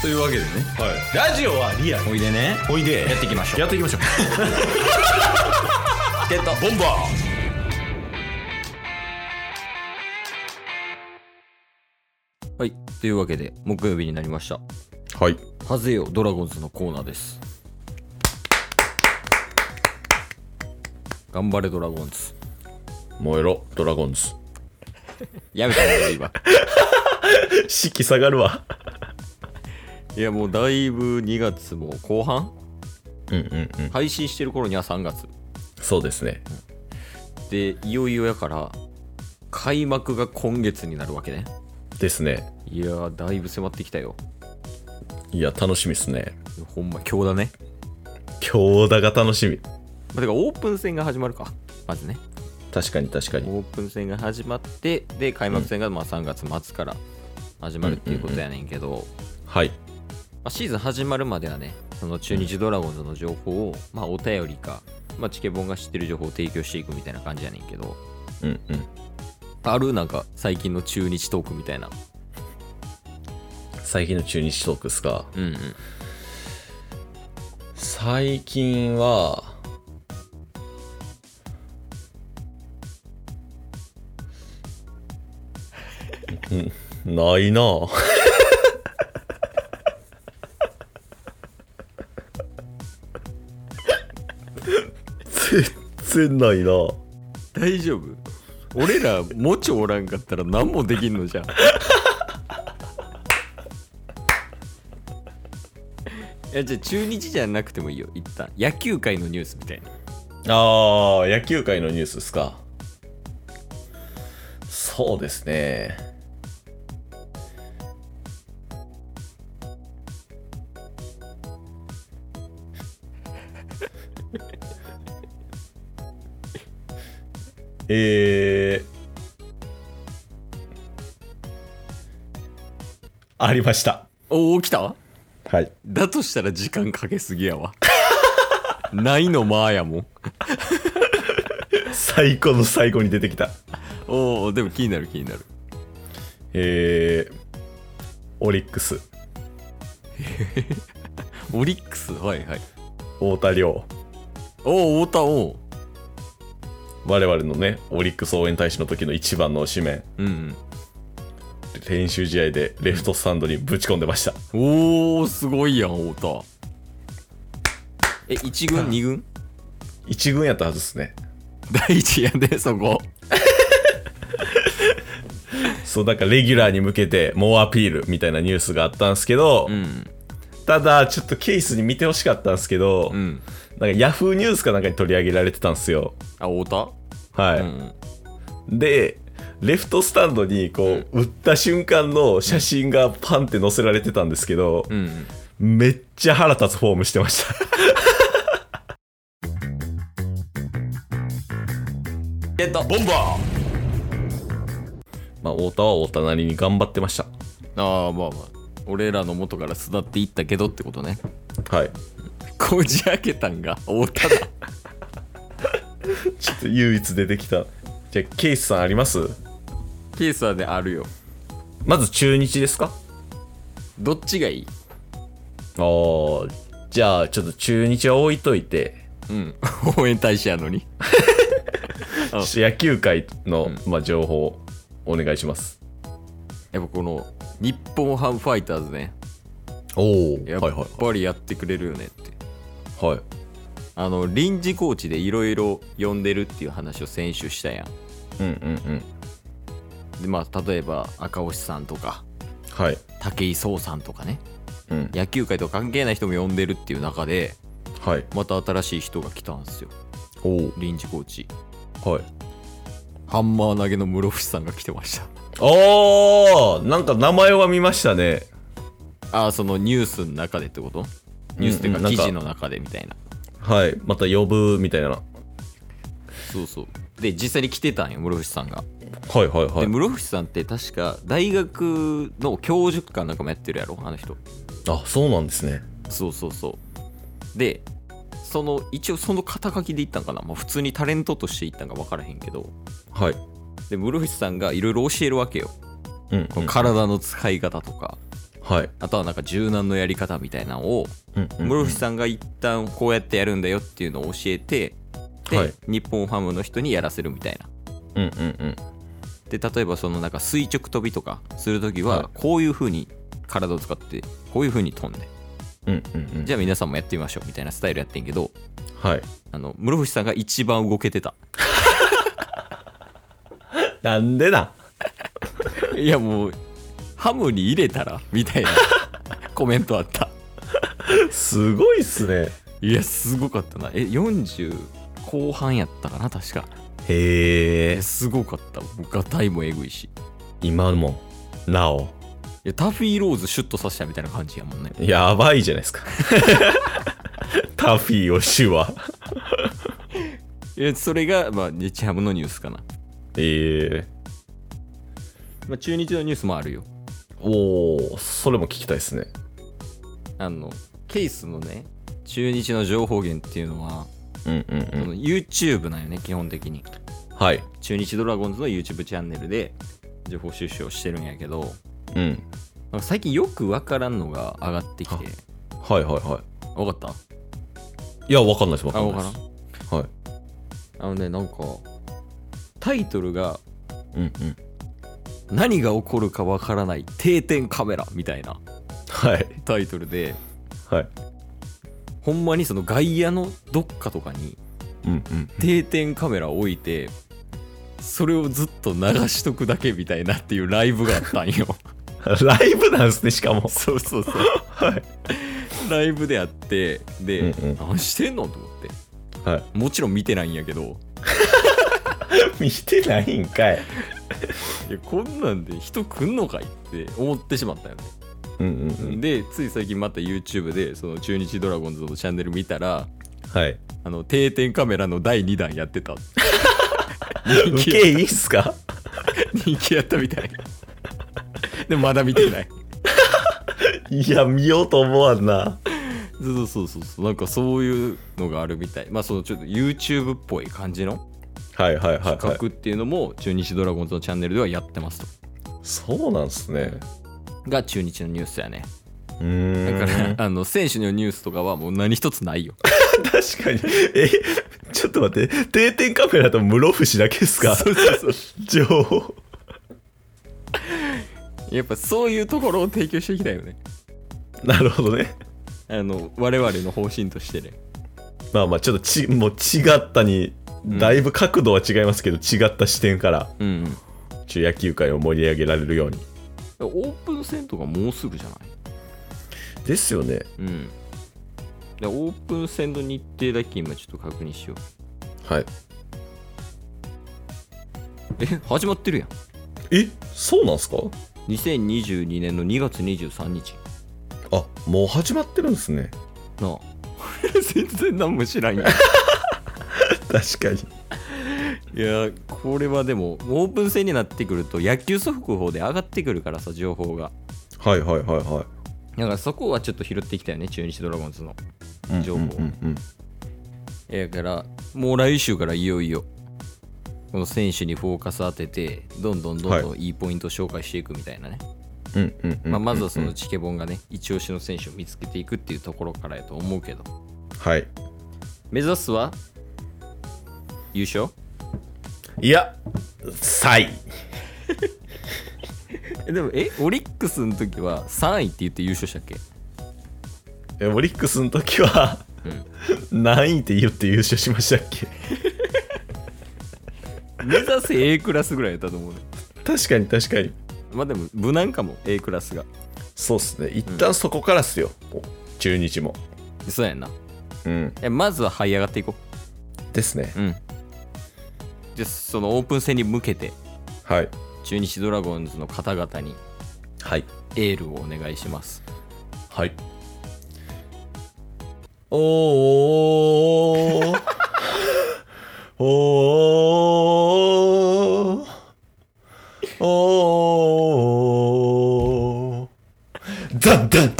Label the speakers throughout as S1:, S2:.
S1: というわけでね
S2: はい、ラジオはリアル
S1: おいでね
S2: おいで
S1: やっていきましょう
S2: やっていきましょう
S1: ってた
S2: ボンバ
S1: はいというわけで木曜日になりました
S2: ーはい
S1: 「ハゼよドラゴンズ」のコーナーです頑張れドラゴンズ
S2: 燃えろドラゴンズ
S1: やめた ね今
S2: 士気下がるわ
S1: いやもうだいぶ2月も後半
S2: うんうんうん
S1: 配信してる頃には3月
S2: そうですね
S1: でいよいよやから開幕が今月になるわけね
S2: ですね
S1: いやーだいぶ迫ってきたよ
S2: いや楽しみですね
S1: ほんま今日だね
S2: 強打が楽しみ
S1: まあ、てかオープン戦が始まるかまずね
S2: 確かに確かに
S1: オープン戦が始まってで開幕戦がまあ3月末から始まるっていうことやねんけど、
S2: はい
S1: まあ、シーズン始まるまではねその中日ドラゴンズの情報を、まあ、お便りか、まあ、チケボンが知ってる情報を提供していくみたいな感じやねんけど
S2: うんうん
S1: あるなんか最近の中日トークみたいな
S2: 最近の中日トークっすか
S1: うんうん
S2: 最近はうんないなぁ 全然ないなぁ
S1: 大丈夫俺らもちおらんかったら何もできんのじゃん いやじゃあ中日じゃなくてもいいよ一旦野球界のニュースみたいな
S2: ああ、野球界のニュースですか。そうですね。えー、ありました。
S1: おお来た
S2: はい。
S1: だとしたら時間かけすぎやわ ないのまあやもん
S2: 最高の最後に出てきた。
S1: おおでも気になる気になる
S2: えー、オリックス、
S1: オリックスはいはい
S2: 太田亮。
S1: おお太田おう
S2: 我々のねオリックス応援大使の時の一番の紙面
S1: うん
S2: 練習試合でレフトスタンドにぶち込んでました
S1: うんおおすごいやん太田え一軍二軍
S2: 一軍やったはずですね
S1: 第一やでそこ
S2: そうなんかレギュラーに向けて猛アピールみたいなニュースがあったんですけど、
S1: うん
S2: ただちょっとケースに見てほしかったんですけど、
S1: うん
S2: なんかヤフーニュースかなんかに取り上げられてたんですよ
S1: あ太田
S2: はい、
S1: うん
S2: でレフトスタンドにこう打った瞬間の写真がパンって載せられてたんですけど、
S1: うんうん
S2: めっちゃ腹立つフォームしてました
S1: ゲットボンバー
S2: まあ太田は太田なりに頑張ってました
S1: ああまあまあ俺らの元から巣立っていったけどってことね
S2: はい
S1: こじ開けたんが太田 だ
S2: ちょっと唯一出てきた。じゃあ、ケイスさんあります
S1: ケースはねあるよ
S2: まず中日ですか
S1: どっちがいい
S2: ああ、じゃあ、ちょっと中日は置いといて、
S1: うん、応援大使やのに。
S2: ちょ
S1: あ
S2: っと野球界の、まあ、情報、お願いします。
S1: やっぱこの日本ハムファイターズね、
S2: おお、はい
S1: やっ
S2: はい
S1: ぱりやってくれるよねって。
S2: はい。
S1: あの臨時コーチでいろいろ呼んでるっていう話を先週したやん。
S2: うんうんうん。
S1: でまあ、例えば赤星さんとか
S2: はい。
S1: 武井壮さんとかね
S2: うん。
S1: 野球界とは関係ない人も呼んでるっていう中で
S2: はい。
S1: また新しい人が来たんですよ
S2: お
S1: 臨時コーチ
S2: お、はい。
S1: ハンマー投げの室伏さんが来てました
S2: ああ、なんか名前は見ましたね。
S1: ああそのニュースの中でってことニュースっていう
S2: うんう
S1: か
S2: んなん
S1: 記
S2: か
S1: 事の中でみたいな
S2: はい。また呼ぶ、みたいな。は
S1: そうそうで実際に来てたんよ室伏さん
S2: い
S1: が
S2: はいは
S1: で
S2: い。
S1: 室伏さんって確か大学の教授かなんかもやってるやろあの人
S2: あ、そうなんですね。
S1: そうそうそうでその一応その肩書きで行ったんかな、まあ、普通にタレントとして行ったんか分からへんけど
S2: はい。
S1: で室伏さんがいろいろ教えるわけよ
S2: うん、うん。
S1: 体の使い方とか、
S2: はい。
S1: あとはなんか柔軟のやり方みたいなのを
S2: うんうんうん
S1: 室伏さんが一旦こうやってやるんだよっていうのを教えてで、
S2: はい
S1: 日本ハムの人にやらせるみたいな
S2: うんうんうん。
S1: で例えばそのなんか垂直跳びとかする時
S2: は
S1: はいこういう風に体を使ってこういう風に飛んで
S2: うんうんうん。
S1: じゃあ皆さんもやってみましょうみたいなスタイルやってんけど
S2: はい。
S1: あの室伏さんが一番動けてた
S2: なんでない
S1: やもうハムに入れたらみたいな コメントあった
S2: すごいっすね。
S1: いやすごかったなえ40後半やったかな確か
S2: へ
S1: え
S2: え。
S1: すごかったもうガタイもえぐいし
S2: 今も、なお、
S1: いやタフィーローズシュッとさせたみたいな感じやもんね
S2: やばいじゃないですか。 タフィーを手話。
S1: いやそれが、まあ、日ハムのニュースかな、
S2: ええ。
S1: まあ、中日のニュースもあるよ
S2: おお、それも聞きたいですね。
S1: あのケースのね中日の情報源っていうのは、
S2: うんうん
S1: その YouTube なんよね基本的に
S2: はい。
S1: 中日ドラゴンズの YouTube チャンネルで情報収集をしてるんやけど
S2: うん。
S1: なんか最近よくわからんのが上がってきて
S2: はいはいは
S1: わかった
S2: い。いや、わかんないです。わか
S1: あ
S2: ん
S1: わ
S2: ない
S1: か
S2: で
S1: らん
S2: す。はい。
S1: あのねなんかタイトルが
S2: うんうん。
S1: 何が起こるかわからない定点カメラみたいな
S2: はい。
S1: タイトルで
S2: はい。
S1: ほんまにその外野のどっかとかに
S2: うんうん。
S1: 定点カメラを置いてそれをずっと流しとくだけみたいなっていうライブがあった んよ
S2: ライブなんすね、しかも。
S1: そうそうそう
S2: はい。
S1: ライブであってで、
S2: うんうん
S1: 何してんのと思って
S2: はい。
S1: もちろん見てないんやけど
S2: 見てないんかい。
S1: いやこんなんで人来んのかいって思ってしまったよね、
S2: うんうんうん。
S1: でつい最近また YouTube でその中日ドラゴンズのチャンネル見たら
S2: はい。
S1: あの定点カメラの第2弾やって た 人
S2: 受
S1: 気
S2: けいいっすか
S1: 人気やったみたい でまだ見てない
S2: いや、見ようと思わんな。
S1: そうそうそうそうなんかそういうのがあるみたいまあそのちょっと YouTube っぽい感じの
S2: はいはいはい、は
S1: 企
S2: い。
S1: 画っていうのも中日ドラゴンズのチャンネルではやってますと
S2: そうなんすね。
S1: が中日のニュースやね
S2: うー
S1: だ
S2: ん。
S1: からあの選手のニュースとかはもう何一つないよ
S2: 確かに。え、ちょっと待って。定点カメラと室伏だけですか
S1: そうそうそ
S2: 情報。
S1: うやっぱそういうところを提供していきたいよね
S2: なるほどね。
S1: あの我々の方針としてね
S2: まあまあ、ちょっとち、もう違ったに、だいぶ角度は違いますけど、違った視点から、
S1: うん、うん、
S2: ちょ野球界を盛り上げられるように。
S1: オープン戦とかもうすぐじゃない
S2: ですよね。
S1: うんでオープン戦の日程だけ今ちょっと確認しよう
S2: はい。
S1: え始まってるやん
S2: え、そうなんすか
S1: 2022年の2月23日
S2: あ、もう始まってるんですね。
S1: なあ 全然何も知らんや
S2: 確かに。
S1: いやこれはでもオープン戦になってくると野球速報で上がってくるからさ情報が
S2: はいはいはいは
S1: だからそこはちょっと拾ってきたよね中日ドラゴンズの
S2: い。
S1: 情報
S2: うんうん
S1: えだからもう来週からいよいよこの選手にフォーカス当ててどんどんどんどんいいポイントを紹介していくみたいなね、
S2: うんうんうん
S1: まあ、まずはそのチケボンがね一押しの選手を見つけていくっていうところからやと思うけど
S2: はい。
S1: 目指すは優勝
S2: いや、サイ。
S1: えでもえオリックスの時は3位って言って優勝したっけ
S2: えオリックスの時は、何位って言って優勝しましたっけ
S1: 目指せ A クラスぐらいやったと思うね
S2: 確かに確かに。
S1: まあでも無難かも A クラスが
S2: そうっすね。一旦そこからっすよ。お中日も。
S1: そうやんな
S2: うん。
S1: えまずは這い上がっていこ
S2: ですね。
S1: ううんじゃあそのオープン戦に向けて
S2: はい。
S1: 中日ドラゴンズの方々に
S2: はい。
S1: エールをお願いします
S2: はい。お ーおーおーダンダンダン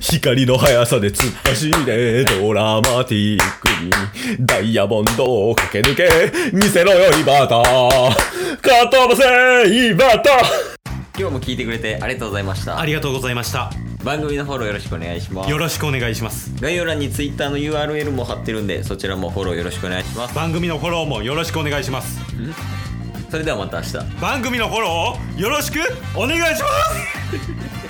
S2: 光の速さで突っ走れドラマティックにダイヤモンドを駆け抜け見せろよイバタか飛ばせイバタ
S1: 今日も聞いてくれてありがとうございました
S3: ありがとうございました
S1: 番組のフォローよろしくお願いします
S3: よろしくお願いします
S1: 概要欄に Twitter の URL も貼ってるんでそちらもフォローよろしくお願いします
S3: 番組のフォローもよろしくお願いします
S1: それではまた明日
S3: 番組のフォローをよろしくお願いします